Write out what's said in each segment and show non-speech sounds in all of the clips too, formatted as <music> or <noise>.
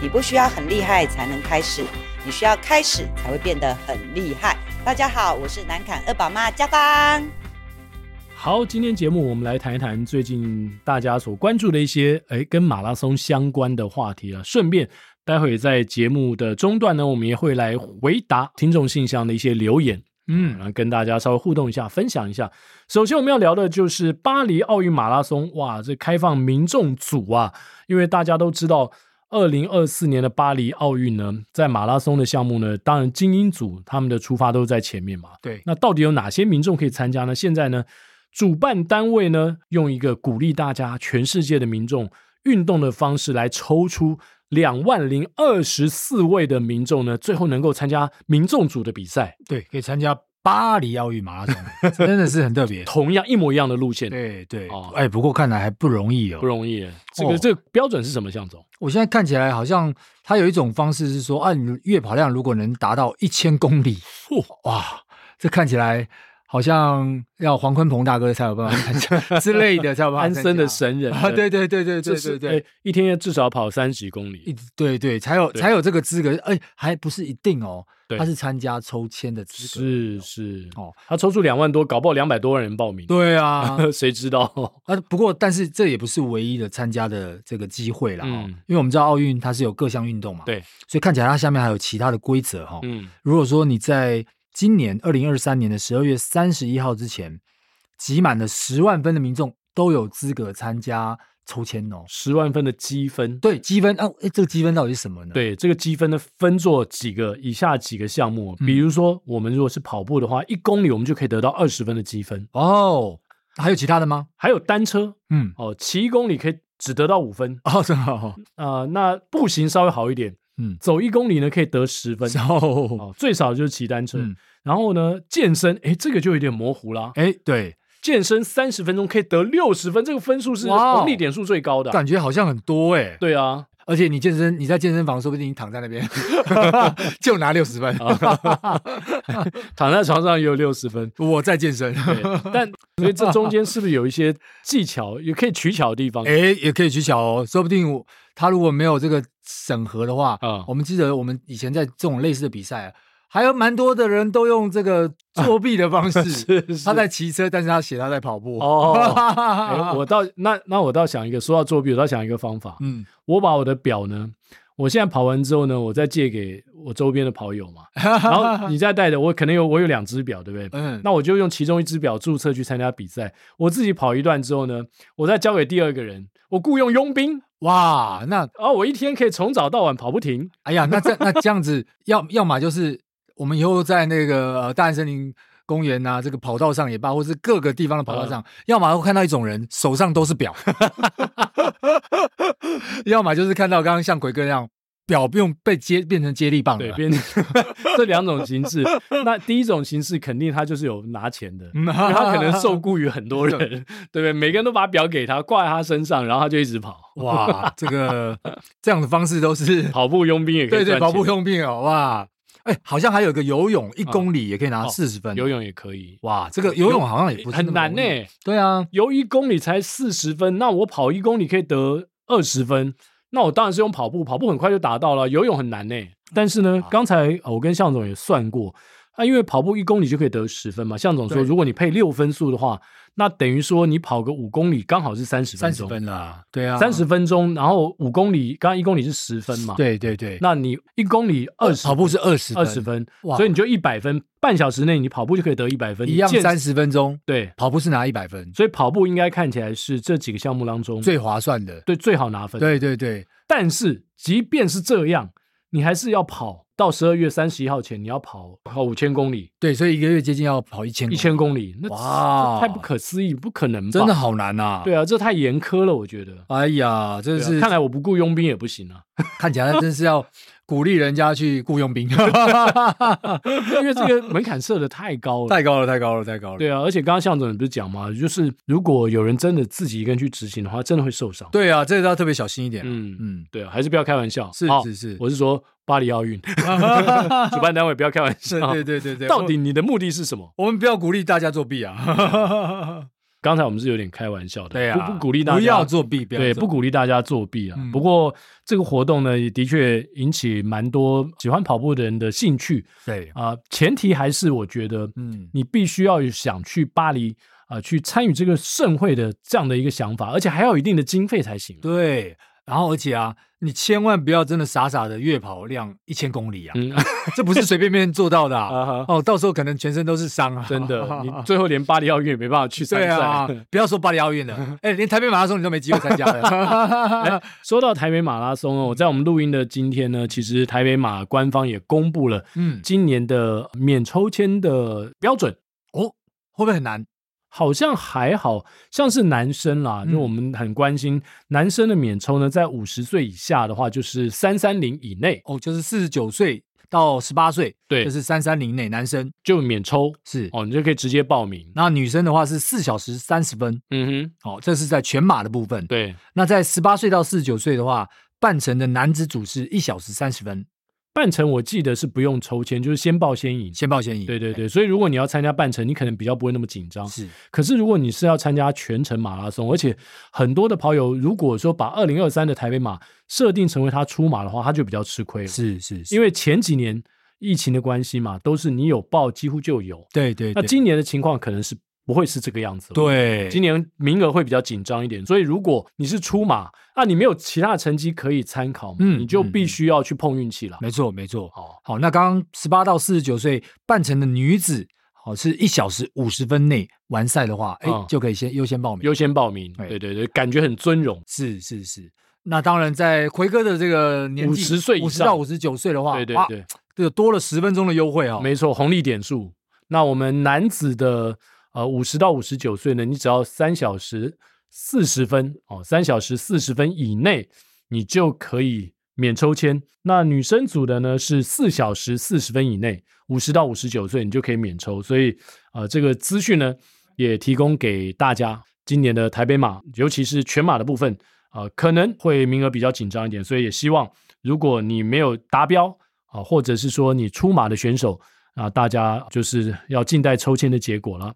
你不需要很厉害才能开始，你需要开始才会变得很厉害。大家好，我是南坎二宝妈家芳。好，今天节目我们来谈一谈最近大家所关注的一些诶跟马拉松相关的话题啊。顺便，待会在节目的中段呢，我们也会来回答听众信箱的一些留言，嗯然后跟大家稍微互动一下，分享一下。首先我们要聊的就是巴黎奥运马拉松，哇，这开放民众组啊，因为大家都知道。二零二四年的巴黎奥运呢，在马拉松的项目呢，当然精英组他们的出发都在前面嘛，对，那到底有哪些民众可以参加呢？现在呢，主办单位呢，用一个鼓励大家全世界的民众运动的方式来抽出两万零二十四位的民众呢，最后能够参加民众组的比赛，对，可以参加巴黎奥运马拉松， <laughs> 真的是很特别。同样一模一样的路线，对对，哦哎，不过看来还不容易哦。不容易耶。这个、哦这个标准是什么，向总？我现在看起来好像它有一种方式是说，啊，你月跑量如果能达到一千公里，哇，这看起来好像要黄坤鹏大哥才有办法参 <laughs> 加之类的，才有办法安参加森的神人啊，对对对对这对是对对哎。一天要至少跑三十公一里，直对对，才有对才有这个资格，哎，还不是一定哦对，他是参加抽签的资格。是是哦，他抽出两万多，搞不好两百多万人报名，对 <laughs> 啊，谁知道？啊，不过但是这也不是唯一的参加的这个机会啦、哦嗯因为我们知道奥运它是有各项运动嘛，，对，所以看起来它下面还有其他的规则哈、哦。嗯，如果说你在今年二零二三年的十二月三十一号之前集满了十万分的民众，都有资格参加抽签哦。十万分的积分，对，积分啊，诶这个积分到底是什么呢？，对这个积分呢，分作几个以下几个项目，嗯比如说我们如果是跑步的话，一公里我们就可以得到二十分的积分，哦，还有其他的吗？还有单车嗯，哦，骑一公里可以只得到五分哦，真好、哦，啊、呃那步行稍微好一点，嗯，走一公里呢可以得十 <laughs> 分 <laughs> 哦，哦，最少就是骑单车，嗯，然后呢健身，哎，这个就有点模糊啦，哎，对，健身三十分钟可以得六十分，这个分数是哇哦红利点数最高的啊、感觉好像很多哎、对啊，而且你健身，你在健身房，说不定你躺在 <laughs> 那边就拿六十分。哦躺在床上也有六十分，我在健身，对， <laughs> 但所以这中间是不是有一些技巧，也可以取巧的地方？哎、也可以取巧哦。说不定我他如果没有这个审核的话，啊我们记得我们以前在这种类似的比赛啊，还有蛮多的人都用这个作弊的方式。 <laughs> 是是他在啊骑车，但是他写他在跑步。 <laughs> 哦，哎我倒那那我倒想一个，说到作弊，我倒想一个方法。嗯，我把我的表呢，我现在跑完之后呢，我再借给我周边的跑友 <laughs> 嘛。然后你再带着，我可能有我有两只表，对不对？嗯，那我就用其中一只表注册去参加比赛。我自己跑一段之后呢，我再交给第二个人。我雇佣佣兵，哇，那然后我一天可以从早到晚跑不停。哎呀，那这那这样子，要要么就是我们以后在那个、呃、大安森林公园啊呐、这个跑道上也罢，或是各个地方的嗯跑道上，要么会看到一种人手上都是表， <laughs> 要么就是看到刚刚像鬼哥那样表不用被接变成接力棒对，了。变 <laughs> 这两种形式。那第一种形式肯定他就是有拿钱的，嗯因为他可能 <laughs> 受雇于很多人，对不对？每个人都把表给他，挂在他身上，然后他就一直跑。哇，这个这样的方式都是跑步佣兵也可以对对赚钱跑步用病哦，哇，哎，好像还有个游泳一公里也可以拿哦四十分、游泳也可以，哇，这个游泳好像也不是那么很难呢、欸容易对啊，游一公里才四十分，那我跑一公里可以得二十分，那我当然是啊用跑步，跑步很快就达到了。游泳很难呢、但是呢，刚才呃我跟向总也算过，啊，因为跑步一公里就可以得十分嘛。向总说，对如果你配六分速的话，那等于说你跑个五公里刚好是三十分三十钟，分啦，对啊，三十分钟，然后五公里，刚刚一公里是十分嘛，，对对对，那你一公里二十哦跑步是二十二十分，哇所以你就一百分，半小时内你跑步就可以得一百分，一样你嗯健三十分钟，对，跑步是拿一百分，所以跑步应该看起来是这几个项目当中最划算的。对最好拿分，对对对，但是即便是这样，你还是要跑到十二月三十一号前，你要跑跑五千公里、对，所以一个月接近要跑一千一，千公里，那哇这太不可思议，不可能吧？真的好难呐。对啊，这太严苛了，我觉得。哎呀，这对啊是看来我不雇佣兵也不行啊，看起来真是要鼓励人家去 <laughs> 雇佣兵，因为这个门槛设的太高了。太高了，太高了，太高了。对啊，而且刚刚向总也不是讲嘛，就是如果有人真的自己一个人去执行的话，真的会受伤。，对啊，这个要特别小心一点。嗯嗯，嗯，对啊，还是不要开玩笑。是好是是我是说巴黎 <laughs> 奥运， <laughs> 主办单位不要开玩是，笑。 <laughs> 对对对对。到底你的目的是什么？我我们不要鼓励大家作弊啊！刚才我们是有点开玩笑的， <laughs> 对啊，不不鼓励大家不要作弊，不要对，作不弊鼓励大家作弊啊。嗯不过这个活动呢，也的确引起蛮多喜欢跑步的人的兴趣对，啊、前提还是我觉得，嗯，你必须要有想去巴黎啊、去参与这个盛会的这样的一个想法，而且还要有一定的经费才行。对。然后而且啊，你千万不要真的傻傻的月跑量一千公里啊，嗯， <laughs> 这不是随便便做到的啊。啊哈哦，到时候可能全身都是伤啊！ <laughs> 真的， <laughs> 你最后连巴黎奥运也没办法去参对赛。啊，不要说巴黎奥 <laughs> 运了，哎，连台北马拉松你都没机会参加了。哎说到台北马拉松哦，在我们录音的今天呢，其实台北马官方也公布了嗯，今年的免抽签的标准。哦，会不会很难？好像还好像是男生啦，嗯就我们很关心男生的免抽呢，在五十岁以下的话，就是三三零以内哦，就是四十九岁到十八岁，对就是三三零内男生就免抽是。哦，你就可以直接报名。那女生的话是四小时三十分，嗯哦，这是在全马的部分哼，。对，那在十八岁到四十九岁的话，半程的男子组是一小时三十分，半程我记得是不用抽签，就是先报先赢。先报先赢。哎对对对，所以如果你要参加半程，你可能比较不会那么紧张。是，可是如果你是要参加全程马拉松，而且很多的跑友如果说把二零二三的台北马设定成为他出马的话，他就比较吃亏了。是是是，因为为前几年疫情的关系嘛，都是你有报几乎就有。对对那对，今年的情况可能是不会是这个样子了。，对今年名额会比较紧张一点，所以如果你是出马啊，你没有其他成绩可以参考嘛，嗯你就必须要去碰运气了。没错没错。好，好，那刚刚十八到四十九岁半程的女子，好是一小时五十分内完赛的话，哎、嗯就可以先优先报名。优先报名，对对对对，感觉很尊荣。是是是。那当然，在奎哥的这个年纪， 50岁以五十上到五十九岁的话，对对哇对，这个多了十分钟的优惠哦。没错，红利点数。那我们男子的呃五十到五十九岁呢，你只要三小时四十分哦，三小时四十分以内，你就可以免抽签。那女生组的呢是四小时四十分以内，五十到五十九岁你就可以免抽。所以呃，这个资讯呢也提供给大家。今年的台北马，尤其是全马的部分，呃，可能会名额比较紧张一点，所以也希望如果你没有达标啊、或者是说你出马的选手啊、大家就是要静待抽签的结果了。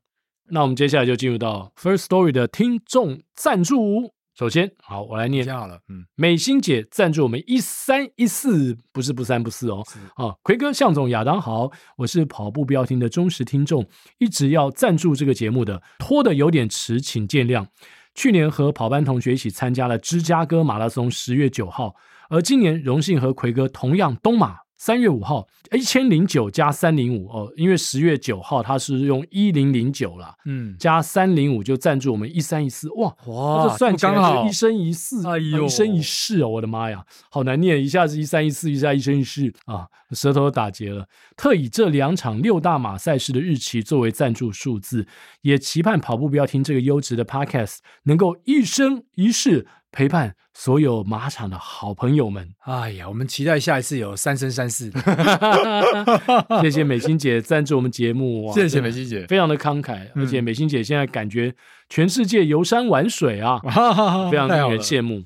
那我们接下来就进入到 First Story 的听众赞助。首先，好，我来这念样好了，嗯，美心姐赞助我们一三一四，不是不三不四哦。啊，奎哥、向总、亚当好，我是跑步标听的忠实听众，一直要赞助这个节目的，拖的有点迟，请见谅。去年和跑班同学一起参加了芝加哥马拉松，十月九号，而今年荣幸和奎哥同样东马。三月五号，一千零九加三零五哦，因为十月九号他是用一零零九啦，嗯，加三零五就赞助我们一三一四，哇，哇，这算起来哦刚就好一生一世，啊哎呦一生一世哦，我的妈呀，好难念，一下子一三一四，一下一生一世啊，舌头都打结了。特以这两场六大马赛事的日期作为赞助数字，也期盼跑步不要听这个优质的 podcast 能够一生一世陪伴所有马场的好朋友 <laughs> 们。 <laughs> 哎呀，我们期待下一次有三生三世。谢谢美心姐赞助我们节 <laughs> 目，哇谢谢美嗯心 <laughs> 姐，非常的慷慨，而且美心姐现在感觉全世界游山玩水啊，非常太好令了人羡慕。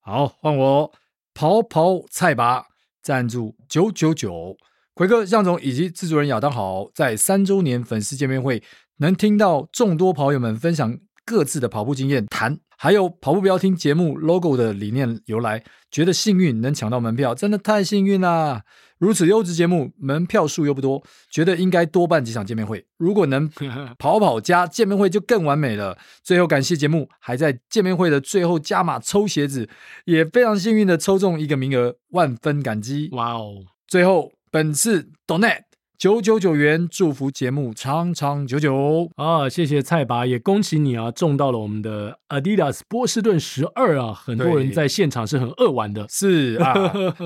好，换我跑跑菜吧，赞助九九九。奎哥、向总以及制作人亚当好，在三周年粉丝见面会能听到众多跑友们分享各自的跑步经验谈，还有跑步不要听节目 logo 的理念由来。觉得幸运能抢到门票，真的太幸运啦！如此优质节目，门票数又不多，觉得应该多办几场见面会。如果能跑跑加见面会，就更完美了。最后感谢节目，还在见面会的最后加码抽鞋子，也非常幸运的抽中一个名额，万分感激。哇哦，最后，本次 Donate 九九九元，祝福节目长长久久。啊，谢谢蔡拔，也恭喜你啊，中到了我们的 Adidas 波士顿十二啊，很多人对在现场是很扼腕的。是 <laughs> 啊，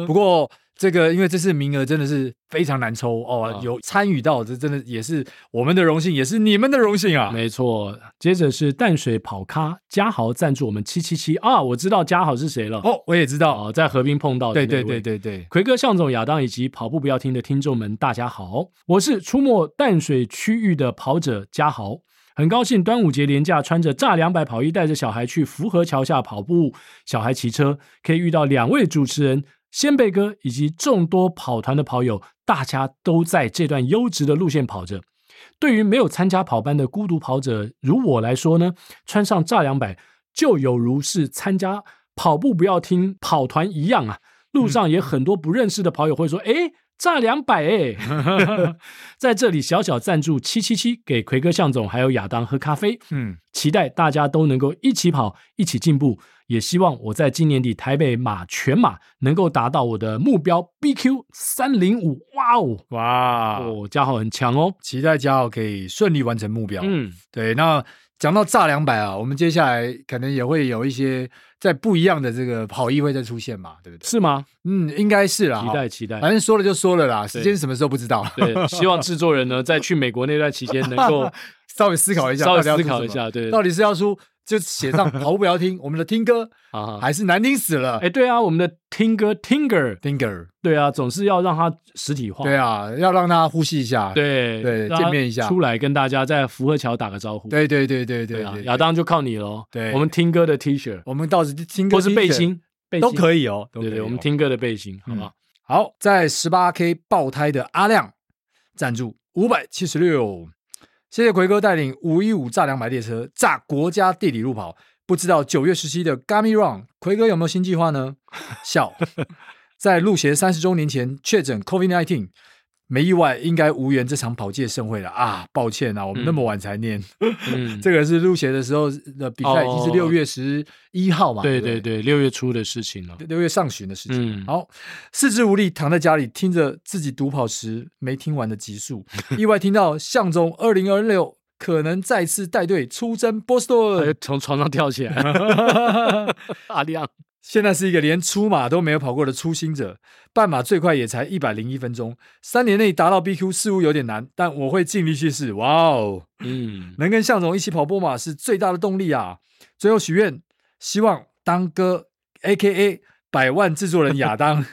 不过这个因为这次名额真的是非常难抽哦啊，有参与到这真的也是我们的荣幸，也是你们的荣幸啊。没错，接着是淡水跑咖嘉豪赞助我们七七七啊，我知道嘉豪是谁了哦，我也知道，哦，在河滨碰到的对那对位对对对，奎哥、向总、亚当以及跑步不要停的听众们，大家好，我是出没淡水区域的跑者嘉豪。很高兴端午节连假穿着炸两百跑衣，带着小孩去福河桥下跑步，小孩骑车，可以遇到两位主持人先辈哥以及众多跑团的跑友，大家都在这段优质的路线跑着。对于没有参加跑班的孤独跑者，如我来说呢，穿上炸两百就有如是参加跑步不要听跑团一样啊。路上也很多不认识的跑友会说：“诶，炸两百诶， <laughs> 在这里小小赞助七七七给奎哥、向总还有亚当喝咖啡，嗯，期待大家都能够一起跑，一起进步。也希望我在今年底台北马全马能够达到我的目标 BQ 三零五。哇哦！哇，哦，嘉豪很强哦。期待嘉豪可以顺利完成目标。嗯，对，那讲到炸两百啊，我们接下来可能也会有一些在不一样的这个跑意会再出现嘛，对不对？是吗？嗯，应该是啦，期待期待哦。。反正说了就说了啦，对时间什么时候不知道，对，希望制作人呢，在去美国那段期间能 <laughs> 够稍微思考一下，稍微到底要思出考什一么下，对，到底是要出就写上跑步不要听我们的听歌，啊，还是难听死了哎，对啊，我们的听歌 Tinger， ？Dinger，对啊，总是要让它实体化，对啊，要让他呼吸一下。对让对它见面一下出来跟大家在福和桥打个招呼。对对对对对对啊，对，亚当就靠你喽。对我们听歌的 T 恤我们到时听歌或是背心，背都以。可以哦，都对可对，以我们哦。听歌的背心，好不 <laughs> 好？好，在十八 K 爆胎的阿亮赞助五百七十六，谢谢奎哥带领五一五炸两百列车炸国家地理路跑。不知道九月十七的 Gummy Run，奎哥有没有新计划呢？ <laughs> 笑，在路协三十周年前确诊 COVID-19，没意外应该无缘这场跑界盛会了啊！抱歉啊，我们那么晚才念，嗯，这个是路协的时候的比赛，已经哦是六月十一号嘛？对不对对，六月初的事情了。六月上旬的事情。嗯好，四肢无力躺在家里，听着自己独跑时没听完的集数，意外听到向总二零二六可能再次带队出征波士他就顿。哎从床上跳起来，阿亮，现在是一个连出马都没有跑过的初心者，半马最快也才一百零一分钟，三年内达到 BQ 似乎有点难，但我会尽力去试。哇哦！嗯，能跟向总一起跑波马是最大的动力啊！最后许愿，希望当哥 A K A 百万制作人 <laughs> 亚当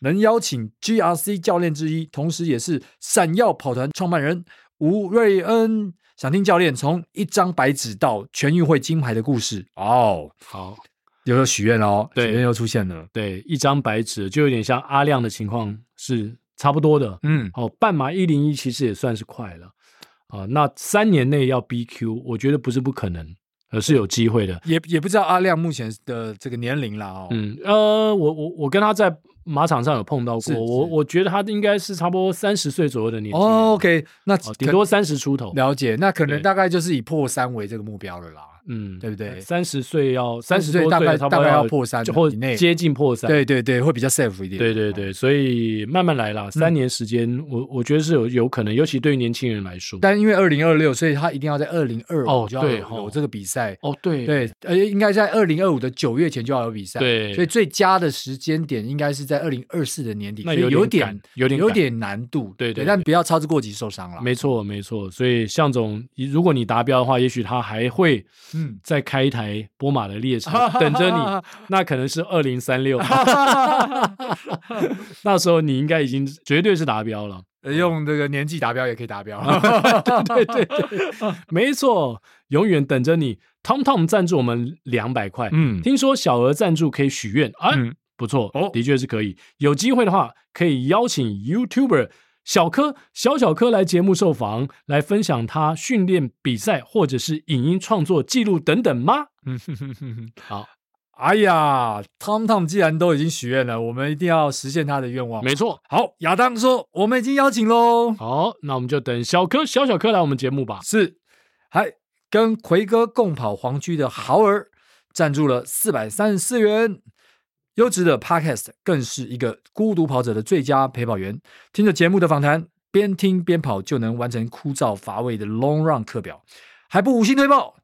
能邀请 G R C 教练之一，同时也是闪耀跑团创办人吴瑞恩。想听教练从一张白纸到全运会金牌的故事哦，好，有了许愿哦，对许愿又出现了，对，一张白纸就有点像阿亮的情况是差不多的。嗯，哦，半马一零一其实也算是快了啊、那三年内要 BQ，我觉得不是不可能，而是有机会的。也也不知道阿亮目前的这个年龄啦哦，嗯，呃，我我我跟他在马场上有碰到是过，我是我觉得他应该是差不多三十岁左右的年纪，哦，OK，那哦可顶多三十出头。了解，那可能哦对大概就是以破三为这个目标了啦，嗯，对不对三十岁要三30十岁多大概差不多大概要破三就或以内接近破三。对对对，会比较 safe 一点。哦嗯对对对，所以慢慢来啦，三年时间，我我觉得是有有可能，尤其对于年轻人来说。但因为二零二六，所以他一定要在二零二哦五就要对有吼有这个比赛。哦，对对，而且应该在二零二五的九月前就要有比赛。，对，所以最佳的时间点应该是在二零二四的年底，那所以有有点赶有点有赶点难度。对对但不要操之过急受伤了。没错，没错。所以向总，如果你达标的话，也许他还会，嗯再开一台波马的列 <laughs> 车 <laughs> 等着你。那可能是二零三 <laughs> 六，那时候你应该已经绝对是达标了。 <laughs> 呃 <laughs> 用这个年纪达标也可以达标。对对对，没错，永远等着你。Tom Tom 赞助我们两百块， <laughs> 嗯，听说小额赞助可以许愿，哎，嗯不错哦，的确是可以。有机会的话，可以邀请 YouTuber 小柯小小柯来节目受访，来分享他训练、比赛或者是影音创作记录等等吗？ <laughs> 好，哎呀，汤汤既然都已经许愿了，我们一定要实现他的愿望。没错。好，亚当说我们已经邀请喽，好，那我们就等小柯小小柯来我们节目吧。是，还跟奎哥共跑黄区的豪儿赞助了四百三十四元。优质的 Podcast 更是一个孤独跑者的最佳陪跑员。听着节目的访谈，边听边跑就能完成枯燥乏味的 Long Run 课表，还不五星推报，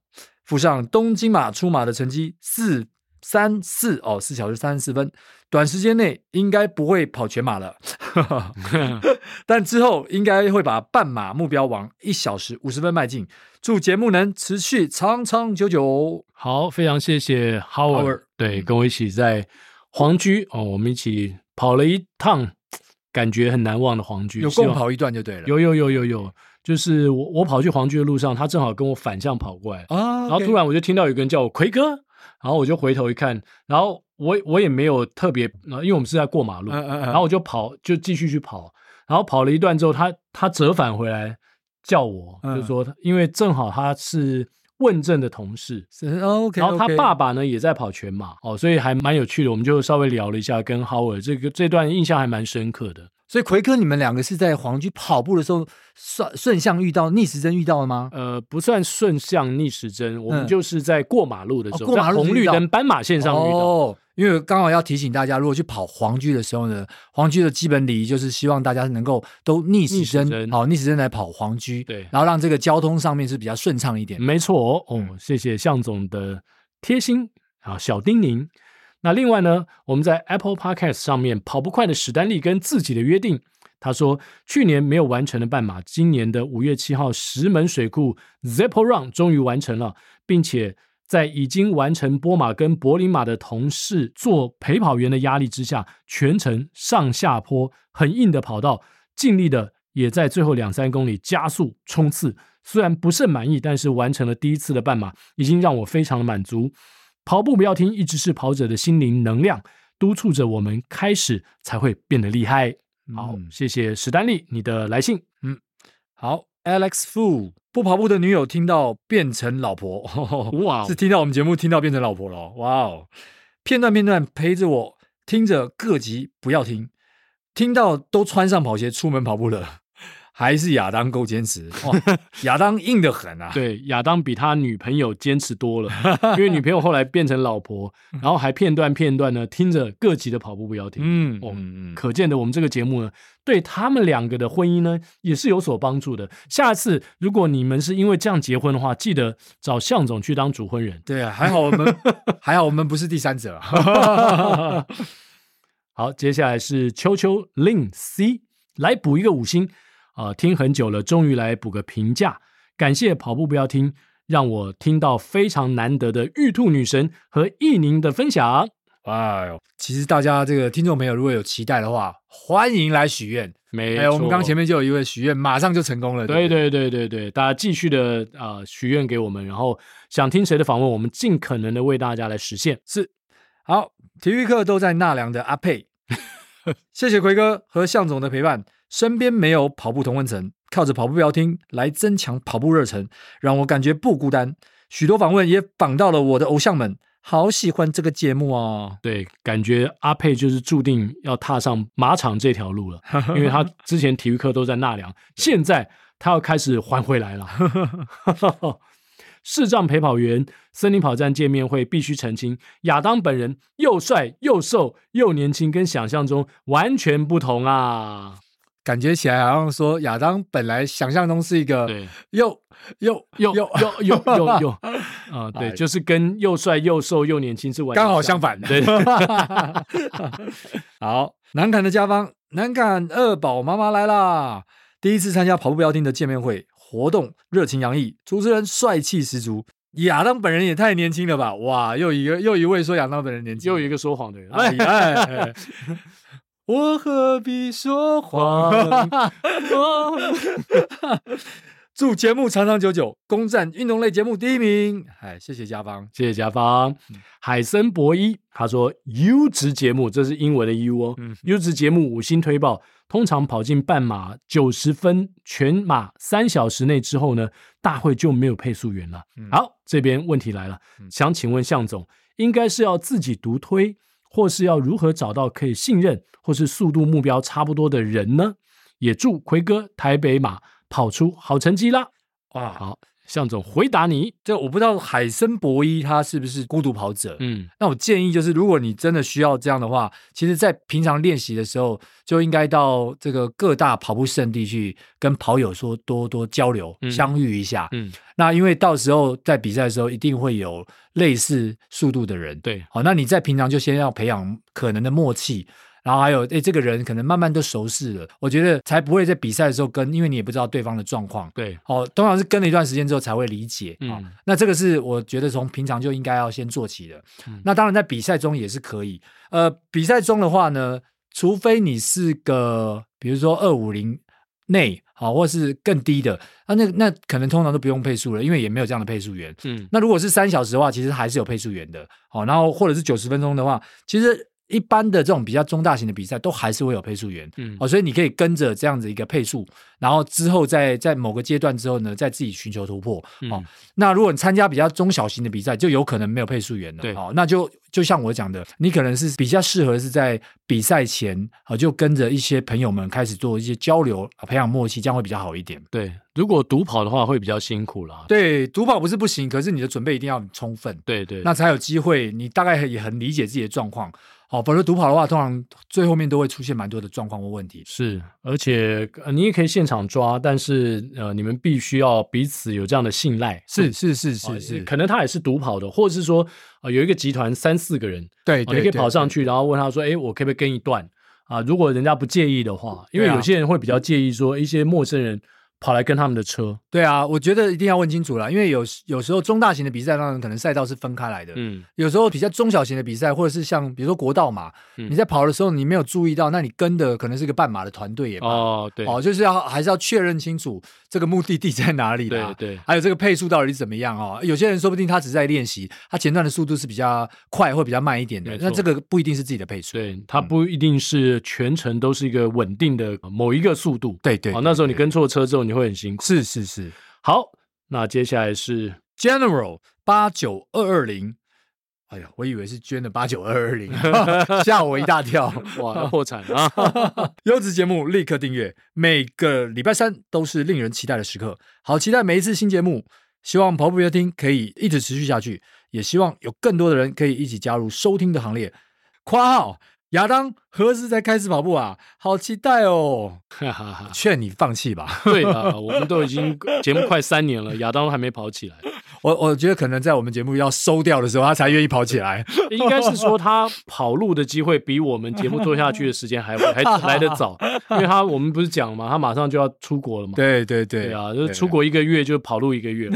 附上东京马出马的成绩四三四哦，四小时三十四分，短时间内应该不会跑全马了。但之后应该会把半马目标往一小时五十分迈进。祝节目能持续长长久久哦。好，非常谢谢 Howard，, 嗯 Howard 对，跟我一起在黄居哦，我们一起跑了一趟，感觉很难忘的黄居。有希望共跑一段就对了。有有有有有，就是我我跑去黄居的路上，他正好跟我反向跑过来，啊，然后 OK 突然我就听到有个人叫我奎哥，然后我就回头一看，然后我我也没有特别，呃因为我们是在过马路，嗯嗯嗯，然后我就跑，就继续去跑，然后跑了一段之后，他他折返回来叫我，嗯就说他因为正好他是问政的同事。是嗯 OK，然后他 OK 爸爸呢也在跑全马哦，所以还蛮有趣的。我们就稍微聊了一下，跟 Howard 这个这段印象还蛮深刻的。所以奎哥，你们两个是在黄区跑步的时候顺顺向遇到逆时针遇到的吗？呃，不算顺向逆时针，我们嗯就是在过马路的时候，哦过马在路红遇绿到灯斑马线上遇到。哦，因为刚好要提醒大家，如果去跑黄区的时候呢，黄区的基本礼仪就是希望大家能够都逆时逆时针，针好、逆时针来跑黄区，对然后让这个交通上面是比较顺畅一点。没错哦，嗯谢谢向总的贴心啊，小叮咛。那另外呢，我们在 Apple Podcast 上面跑不快的史丹利跟自己的约定，他说去年没有完成的半马，今年的五月七号石门水库 Zippo Run 终于完成了，并且在已经完成波马跟柏林马的同事做陪跑员的压力之下，全程上下坡很硬的跑道，尽力的也在最后两三公里加速冲刺。虽然不甚满意，但是完成了第一次的半马，已经让我非常的满足。跑步不要停，一直是跑者的心灵能量，督促着我们开始才会变得厉害。好，嗯谢谢史丹利你的来信。好，Alex Fu 不跑步的女友听到变成老婆，哇哦 <laughs> 是听到我们节目听到变成老婆了哦，哇哦！片段片段陪着我听着各集不要停，听到都穿上跑鞋出门跑步了，还是亚当够坚持，哇，亚当硬得很啊！， <laughs> 对，亚当比他女朋友坚持多了，因为女朋友后来变成老 <laughs> 婆，然后还片段片段呢听着各级的跑步不要停。嗯哦嗯嗯，可见的，我们这个节目呢，对他们两个的婚姻呢，也是有所帮助的。下次如果你们是因为这样结婚的话，记得找向总去当主婚 <laughs> 人。 <laughs> 对啊，还好我们还好我们不是第三者啊， <laughs> 好，接下来是秋秋 Lin C 来补一个五星啊、听很久了，终于来补个评价，感谢跑步不要听，让我听到非常难得的玉兔女神和意宁的分享。哇哟！其实大家这个听众朋友如果有期待的话，欢迎来许愿。没哎、我们刚前面面就有一位许愿，马上就成功了。对不对对对对，大家继续的啊、许愿给我们，然后想听谁的访问，我们尽可能的为大家来实现。是，好，体育课都在纳凉的 <laughs> 阿佩，谢谢奎哥和向总的陪伴。身边没有跑步同温层，靠着跑步标听来增强跑步热忱，让我感觉不孤单。许多访问也访到了我的偶像们，好喜欢这个节目哦。对，感觉阿佩就是注定要踏上马场这条 <laughs> 路了，因为他之前体育课都在纳凉，现在他要开始还回来 <laughs> 了。视障陪跑员森林跑站见面会必须澄清，亚当本人又帅又瘦又年轻，跟想象中完全不同啊！感觉起来好像说亚当本来想象中是一个对，又又 <laughs> 又又又又又啊，哎对，就是跟又帅又瘦又年轻是完全刚好相反对， <laughs> 好，南坎的家方，南坎二宝妈妈来啦！第一次参加跑步标厅的见面会活动，热情洋溢，主持人帅气十足。亚当本人也太年轻了吧！哇，又一个又一位说亚当本人年轻，又有一个说谎的人，哎 <laughs> 哎哎， <laughs> <laughs> 哦我何必说谎？祝节目长长久久，攻占运动类节目第一名。哎，谢谢家芳。谢谢甲方。海森博一他说：“U 值节目，这是英文的 U 哦、嗯 u 值节目五星推报，通常跑进半马九十分，全马三小时内之后呢，大会就没有配速员了。嗯好，这边问题来了，嗯想请问向总，应该是要自己独推，或是要如何找到可以信任或是速度目标差不多的人呢？也祝奎哥台北马跑出好成绩啦！哇，好，向总回答你，这我不知道海森博一他是不是孤独跑者。嗯那我建议就是，如果你真的需要这样的话，其实，在平常练习的时候，就应该到这个各大跑步圣地去跟跑友说多多交流，嗯相遇一下。嗯，那因为到时候在比赛的时候，一定会有类似速度的人。对，好，那你在平常就先要培养可能的默契，然后还有诶，这个人可能慢慢都熟识了，我觉得才不会在比赛的时候跟，因为你也不知道对方的状况。对，哦，通常是跟了一段时间之后才会理解啊、嗯那这个是我觉得从平常就应该要先做起的。嗯那当然在比赛中也是可以。呃，比赛中的话呢，除非你是个比如说二五零内好，或是更低的，啊，那那可能通常都不用配速了，因为也没有这样的配速员。嗯那如果是三小时的话，其实还是有配速员的。好、然后或者是九十分钟的话，其实一般的这种比较中大型的比赛都还是会有配速员。嗯哦，所以你可以跟着这样子一个配速，然后之后在在某个阶段之后呢，再自己寻求突破。哦，那如果你参加比较中小型的比赛，就有可能没有配速员了。对哦，那就就像我讲的，你可能是比较适合是在比赛前，哦，就跟着一些朋友们开始做一些交流，啊培养默契，这样会比较好一点。对，如果独跑的话会比较辛苦啦。对，独跑不是不行，可是你的准备一定要很充分。对对，那才有机会，你大概也很理解自己的状况。哦，否则独跑的话，通常最后面都会出现蛮多的状况或问题。是，而且、呃你也可以现场抓，但是呃，你们必须要彼此有这样的信赖。是是是啊是是，可能他也是独跑的，或者是说呃有一个集团三四个人，对哦你对，可以跑对上去，然后问他说：“哎，我可不可以跟一段？”啊，如果人家不介意的话，因为对啊有些人会比较介意说一些陌生人跑来跟他们的车，对啊，我觉得一定要问清楚啦，因为有时有时候中大型的比赛，当然可能赛道是分开来的。嗯，有时候比较中小型的比赛，或者是像比如说国道嘛，嗯你在跑的时候你没有注意到，那你跟的可能是一个半马的团队也罢，哦，对，哦，就是要还是要确认清楚这个目的地在哪里对啦，对，还有这个配速到底是怎么样哦？有些人说不定他只是在练习，他前段的速度是比较快或比较慢一点的没，错那这个不一定是自己的配速。对，它不一定是全程都是一个稳定的呃某一个速度。对对哦，那时候你对跟错车之后，你会很辛苦。是是是好，那接下来是，General 八九二二零。哎呀，我以为是捐的八九二二零， <laughs> 吓我一大跳！哇，要破产 <laughs> 啊！优质节目立刻订阅，每个礼拜三都是令人期待的时刻，好期待每一次新节目。希望跑步约听可以一直持续下去，也希望有更多的人可以一起加入收听的行列。括号亚当何时才开始跑步啊？好期待哦！ <laughs> <laughs> 哈哈哈。劝你放弃吧，对了，我们都已经节目快三年了，亚当还没跑起 <laughs> 来，我我觉得可能在我们节目要收掉的时候，他才愿意跑起来。应该是说他跑路的机会比我们节目做下去的时间还还来得早，因为他我们不是讲嘛，他马上就要出国了嘛。对对对，对啊，就是出国一个月就跑路一个 <laughs> 月。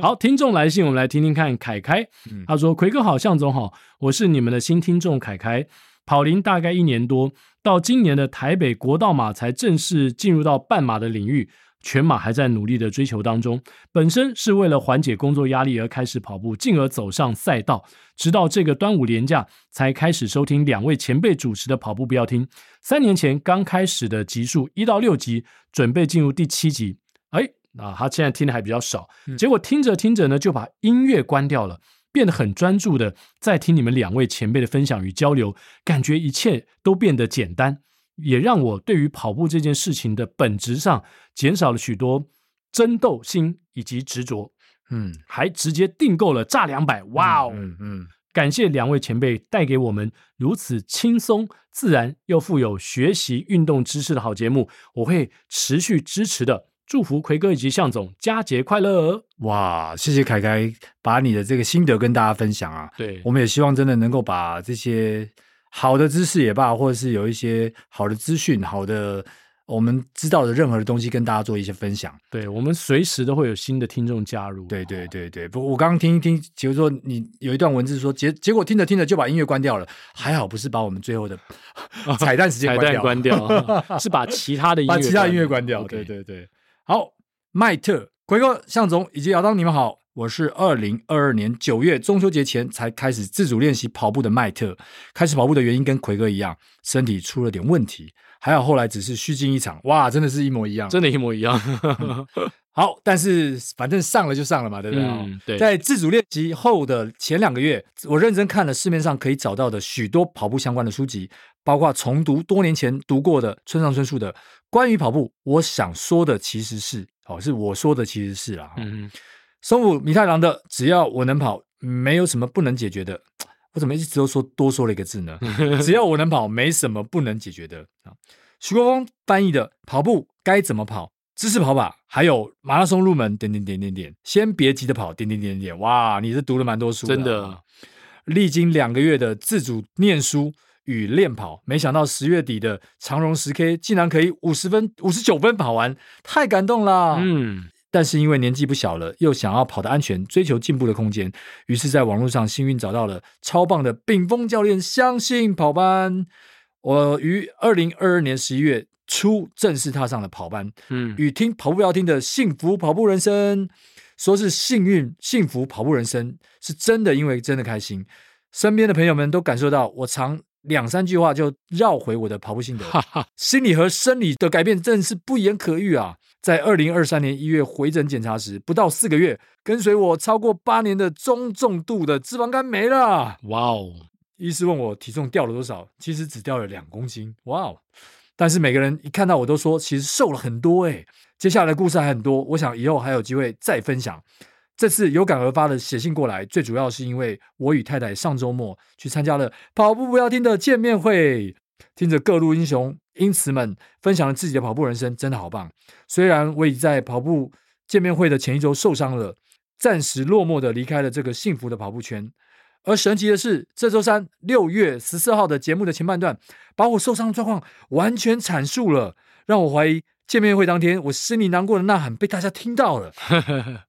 好，听众来信，我们来听听看。凯凯嗯他说：“奎哥好，向总好，我是你们的新听众凯凯，跑龄大概一年多，到今年的台北国道马才正式进入到半马的领域。”全马还在努力的追求当中，本身是为了缓解工作压力而开始跑步，进而走上赛道。直到这个端午连假才开始收听两位前辈主持的跑步不要听。三年前刚开始的集数一到六集，准备进入第七集，哎，啊，他现在听的还比较少，嗯结果听着听着呢，就把音乐关掉了。变得很专注的在听你们两位前辈的分享与交流，感觉一切都变得简单，也让我对于跑步这件事情的本质上减少了许多争斗心以及执着，嗯，还直接订购了炸两百，哇哦！嗯嗯，感谢两位前辈带给我们如此轻松、自然又富有学习运动知识的好节目，我会持续支持的。祝福奎哥以及向总佳节快乐！哦哇，谢谢凯凯把你的这个心得跟大家分享啊。对我们也希望真的能够把这些好的知识也罢，或者是有一些好的资讯、好的我们知道的任何的东西，跟大家做一些分享。对，我们随时都会有新的听众加入。对对对对，不，我刚刚听一听，比如说你有一段文字说结结果听着听着就把音乐关掉了，还好不是把我们最后的 <laughs> 彩蛋时间 <laughs> 彩关蛋掉， <laughs> 关掉，是把其他的音乐把其他音乐关关掉。 OK 对对对，好，麦特奎哥、向总以及姚当，你们好，我是二零二二年九月中秋节前才开始自主练习跑步的麦特。开始跑步的原因跟奎哥一样，身体出了点问题，还好后来只是虚惊一场。哇，真的是一模一样。真的，一模一样。好，但是反正上了就上了嘛，对不对？ <laughs> 嗯，对，在自主练习后的前两个月，我认真看了市面上可以找到的许多跑步相关的书籍，包括重读多年前读过的村上春树的《关于跑步》。我想说的其实是，哦，是我说的其实是啦、嗯、嗯，松浦弥太郎的《只要我能跑，没有什么不能解决的》。我怎么一直都说多说了一个字 <laughs> 呢？只要我能跑，没什么不能解决的啊。徐国峰翻译的《跑步该怎么跑》。知识跑法，还有马拉松入门，点点点点点，先别急着跑，点点点点，哇，你是读了蛮多书的、啊真的。历经两个月的自主念书与练跑，没想到十月底的长荣十 K 竟然可以五十分、五十九分跑完，太感动啦！嗯，但是因为年纪不小了，又想要跑得安全，追求进步的空间，于是在网络上幸运找到了超棒的丙峰教练相信跑班。我于二零二二年十一月初正式踏上了跑班，嗯，与听跑步要听的幸福跑步人生，说是幸运幸福跑步人生，是真的，因为真的开心。身边的朋友们都感受到，我常两三句话就绕回我的跑步心得，哈哈，心理和生理的改变真是不言可喻啊！在二零二三年一月回诊检查时，不到四个月，跟随我超过八年的中重度的脂肪肝没了。哇哦，医师问我体重掉了多少，其实只掉了两公斤，哇哦！但是每个人一看到我都说，其实瘦了很多诶、接下来的故事还很多，我想以后还有机会再分享。这次有感而发的写信过来，最主要是因为我与太太上周末去参加了跑步不要听的见面会，听着各路英雄因此们分享了自己的跑步人生，真的好棒。虽然我已在跑步见面会的前一周受伤了，暂时落寞的离开了这个幸福的跑步圈，而神奇的是，这周三六月十四号的节目的前半段，把我受伤的状况完全阐述了，让我怀疑见面会当天我心里难过的呐喊被大家听到了。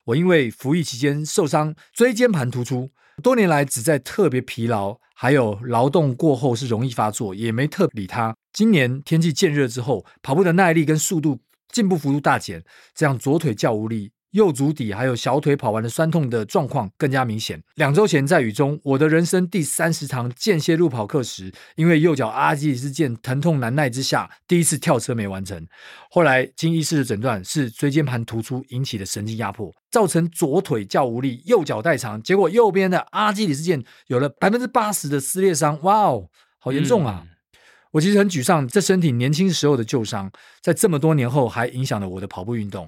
我因为服役期间受伤，椎间盘突出，多年来只在特别疲劳，还有劳动过后是容易发作，也没特理它。今年天气渐热之后，跑步的耐力跟速度进步幅度大减，这样左腿较无力。右足底还有小腿跑完的酸痛的状况更加明显。两周前在雨中，我的人生第三十堂间歇路跑课时，因为右脚啊阿基里斯腱疼痛难耐之下，第一次跳车没完成。后来经医师的诊断是椎间盘突出引起的神经压迫，造成左腿较无力，右脚代偿，结果右边的啊阿基里斯腱有了百分之八十的撕裂伤，哇哦，好严重嗯啊！我其实很沮丧，这身体年轻时候的旧伤，在这么多年后还影响了我的跑步运动，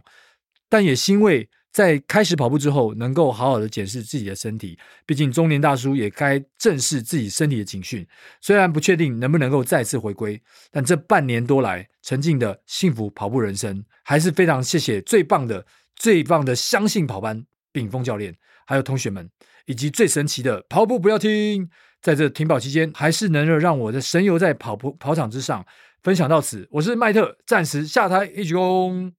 但也欣慰。在开始跑步之后，能够好好的检视自己的身体，毕竟中年大叔也该正视自己身体的警讯。虽然不确定能不能够再次回归，但这半年多来沉浸的幸福跑步人生，还是非常谢谢最棒的、最棒的相信跑班炳峰教练，还有同学们，以及最神奇的跑步不要停。在这停跑期间，还是能够让我的神游在跑步跑场之上。分享到此，我是麦特，暂时下台一鞠躬。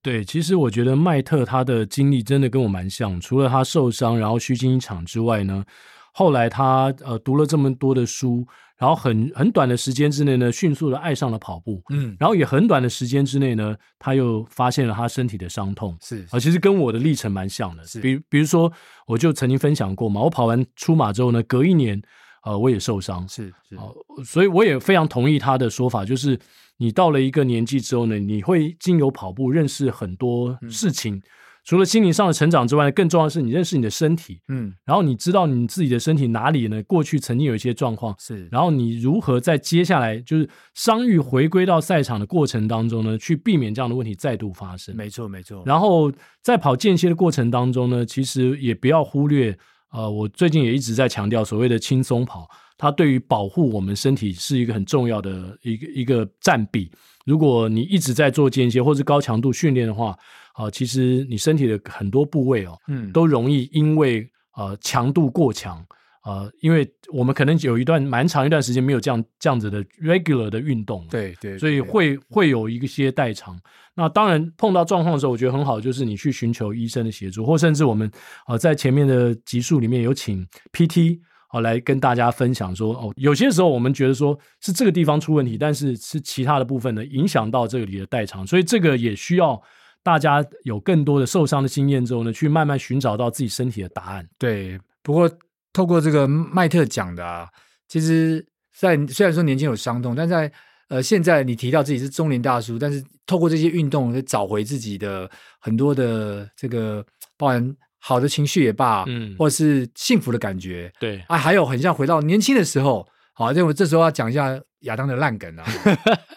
对，其实我觉得麦特他的经历真的跟我蛮像，除了他受伤然后虚惊一场之外呢，后来他呃读了这么多的书，然后很很短的时间之内呢，迅速的爱上了跑步，嗯，然后也很短的时间之内呢，他又发现了他身体的伤痛。是啊，其实跟我的历程蛮像的。比比如说，我就曾经分享过嘛，我跑完出马之后呢，隔一年，呃，我也受伤，是是，呃所以我也非常同意他的说法，就是你到了一个年纪之后呢，你会经由跑步认识很多事情，除了心灵上的成长之外，更重要的是你认识你的身体，嗯，然后你知道你自己的身体哪里呢过去曾经有一些状况，是，然后你如何在接下来就是伤愈回归到赛场的过程当中呢，去避免这样的问题再度发生。没错没错，然后在跑间歇的过程当中呢，其实也不要忽略，呃，我最近也一直在强调所谓的轻松跑，它对于保护我们身体是一个很重要的一个一个占比。如果你一直在做间歇或是高强度训练的话，啊、其实你身体的很多部位哦，嗯都容易因为呃强度过强，呃，因为我们可能有一段蛮长一段时间没有这样这样子的 regular 的运动了，对对，所以对会会有一些代偿。那当然碰到状况的时候，我觉得很好，就是你去寻求医生的协助，或甚至我们呃在前面的集数里面有请 PT 啊、来跟大家分享说，哦，有些时候我们觉得说是这个地方出问题，但是是其他的部分呢影响到这里的代偿，所以这个也需要。大家有更多的受伤的经验之后呢，去慢慢寻找到自己身体的答案。对，不过透过这个麦特讲的啊，其实在虽然说年轻有伤痛，但在呃现在你提到自己是中年大叔，但是透过这些运动，找回自己的很多的这个，包含好的情绪也罢，嗯哦或是幸福的感觉 <laughs> 对，啊，还有很像回到年轻的时候。好，那我这时候要讲一下亚当的烂梗 <laughs> 啊，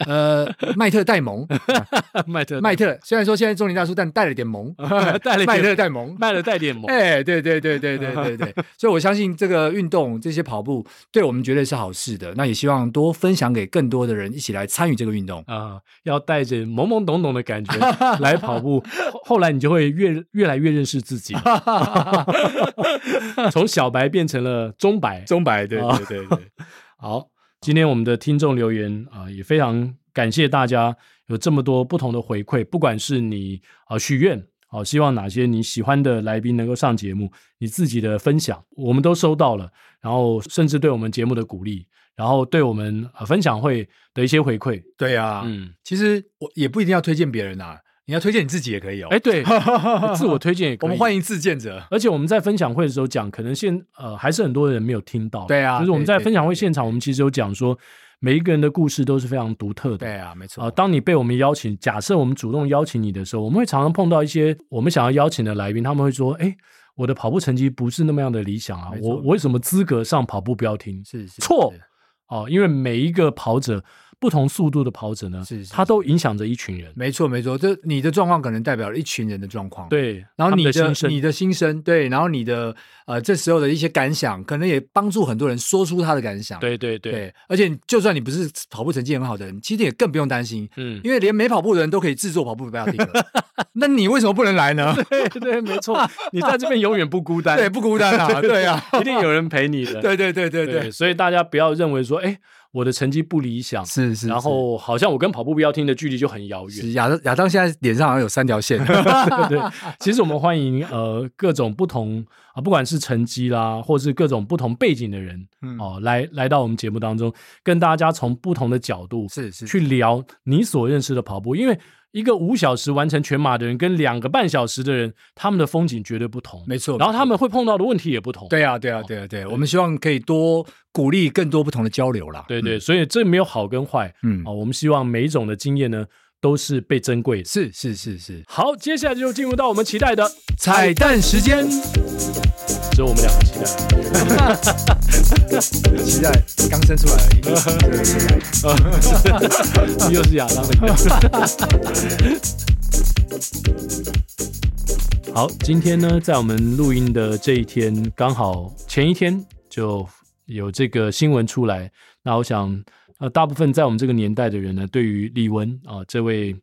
呃， <laughs> 麦特戴蒙，麦特麦特虽然说现在中年大叔，但带了点萌，带了麦特带 <laughs> 戴蒙，麦特带 <laughs> 点萌，哎、对对对对对对对，所以我相信这个运动，这些跑步，对我们绝对是好事的。那也希望多分享给更多的人，一起来参与这个运动。啊、要带着懵懵懂懂的感觉来跑步，后后来你就会越越来越认识自己， <laughs> 从小白变成了中白。中白，对啊对对对，好，今天我们的听众留言啊、也非常感谢大家有这么多不同的回馈，不管是你啊、许愿。好，希望哪些你喜欢的来宾能够上节目，你自己的分享我们都收到了，然后甚至对我们节目的鼓励，然后对我们呃分享会的一些回馈， <laughs> 对啊。嗯，其实我也不一定要推荐别人啊，你要推荐你自己也可以哦。哎，对，自我推荐也可以。 <laughs> 我们欢迎自荐者。而且我们在分享会的时候讲，可能现呃还是很多人没有听到。对啊就是我们在对对分享会对现场，我们其实有讲说，每一个人的故事都是非常独特的。对啊，没错。呃，当你被我们邀请，假设我们主动邀请你的时候，我们会常常碰到一些我们想要邀请的来宾，他们会说：“哎，我的跑步成绩不是那么样的理想啊没，错我我有什么资格上跑步标听是是错是哦、因为每一个跑者，不同速度的跑者呢，是是嗯他都影响着一群人。没错没错，这你的状况可能代表了一群人的状况。。对，然他后们你的的心声你的心声，对，然后你的呃这时候的一些感想，可能也帮助很多人说出他的感想。对对对，对，而且就算你不是跑步成绩很好的人，其实也更不用担心，嗯，因为连没跑步的人都可以制作跑步不要停 <laughs> 了。那你为什么不能来呢？对 <laughs> 对，没错，你在这边永远不孤单。 <laughs> 对，不孤单啊，对啊，一定有人陪你的。对对对对对，所以大家不要认为说，哎，我的成绩不理想，是是。然后好像我跟跑步标厅的距离就很遥是远。是亚当亚当现在脸上好像有三条 <laughs> 线， <laughs> 对对，其实我们欢迎呃各种不同啊，不管是成绩啦，或是各种不同背景的人嗯哦、来来到我们节目当中，跟大家从不同的角度是是去聊你所认识的跑步，因为一个五小时完成全马的人跟两个半小时的人，他们的风景绝对不同，没错然后他们会碰到的问题也不同，对啊对啊对啊对啊，我们希望可以多鼓励更多不同的交流啦。对对，所以这没有好跟坏，嗯，啊、嗯，我们希望每一种的经验呢，都是被珍贵的。是是是是，好，接下来就进入到我们期待的，彩蛋时间，只有我们两个期待。期待刚生出来而 <laughs> 已。又是亚当的。 <laughs> 好，今天呢，在我们录音的这一天，刚好前一天就有这个新闻出来。那我想，呃，大部分在我们这个年代的人呢，对于李玟啊、这位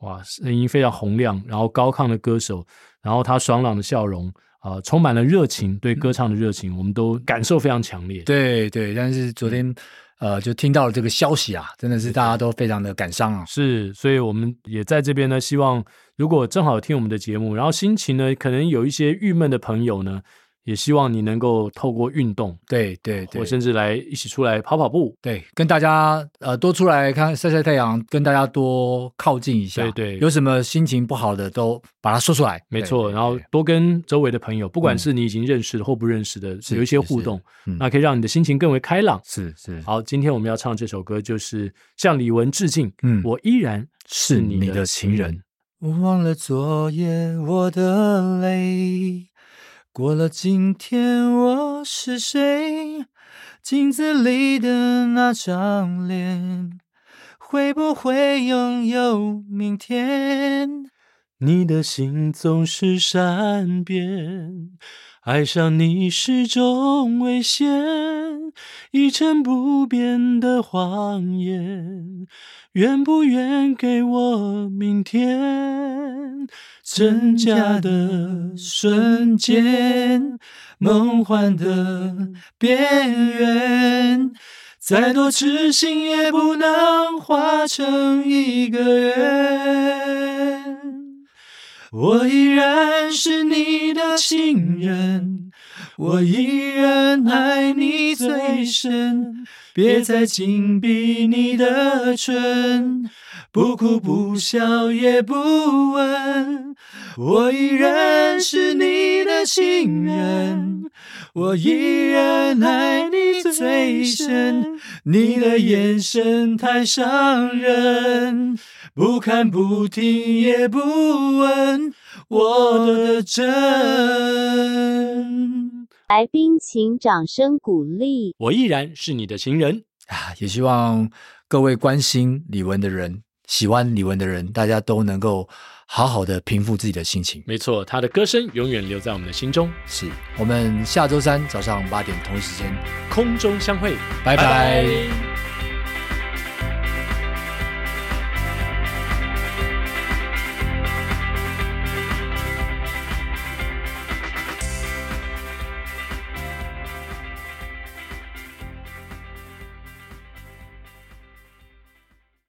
哇声音非常洪亮，然后高亢的歌手，然后她爽朗的笑容啊、充满了热情，对歌唱的热情，我们都感受非常强烈。对对，但是嗯昨天呃就听到了这个消息啊，真的是大家都非常的感伤啊。是，所以我们也在这边呢，希望如果正好听我们的节目，然后心情呢可能有一些郁闷的朋友呢，也希望你能够透过运动，对对对或，甚至来一起出来跑跑步。对，跟大家呃多出来看晒晒太阳，跟大家多靠近一下。对对有什么心情不好的都把它说出来。没对错，对然后对多跟周围的朋友，不管嗯是你已经认识的或不认识的，是有一些是互是动，嗯那可以让你的心情更为开朗。是是好，今天我们要唱这首歌，就是向李玟致敬。嗯我依然是你你的的情情人人。我忘了昨夜我的泪，过了今天我是谁？镜子里的那张脸，会不会拥有明天？你的心总是善变，爱上你是种危险，一成不变的谎言，愿不愿给我明天？真假的瞬间，梦幻的边缘，再多痴心也不能化成一个圆。我依然是你的情人，我依然爱你最深，别再紧闭你的唇，不哭不笑也不问，我依然是你的情人，我依然爱你最深，你的眼神太伤人，不看不听也不问我的真。来宾请掌声鼓励。我依然是你的情人。啊，也希望各位关心李玟的人、喜欢李玟的人，大家都能够好好的平复自己的心情。没错，他的歌声永远留在我们的心中。是我们下周三早上八点同一时间，空中相会，拜拜拜拜